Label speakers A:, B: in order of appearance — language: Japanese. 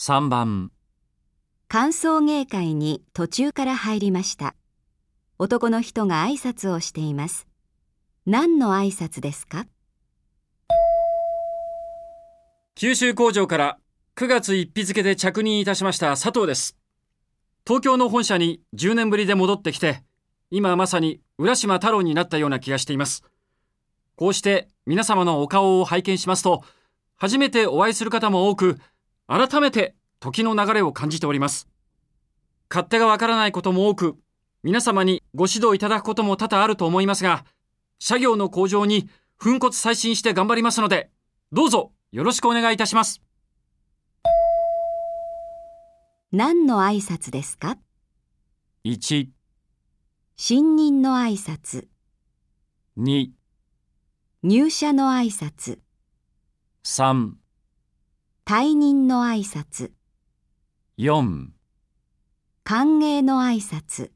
A: 3番、
B: 歓送迎会に途中から入りました。男の人が挨拶をしています。何の挨拶ですか
A: 九州工場から9月1日付で着任いたしました佐藤です。東京の本社に10年ぶりで戻ってきて、今まさに浦島太郎になったような気がしています。こうして皆様のお顔を拝見しますと、初めてお会いする方も多く、改めて時の流れを感じております。勝手がわからないことも多く、皆様にご指導いただくことも多々あると思いますが、社業の向上に粉骨再進して頑張りますので、どうぞよろしくお願いいたします。
B: 何の挨拶ですか
A: 1、
B: 新任の挨拶、
A: 2、
B: 入社の挨拶、
A: 3、
B: 退任の挨拶、
A: 4
B: 歓迎の挨拶。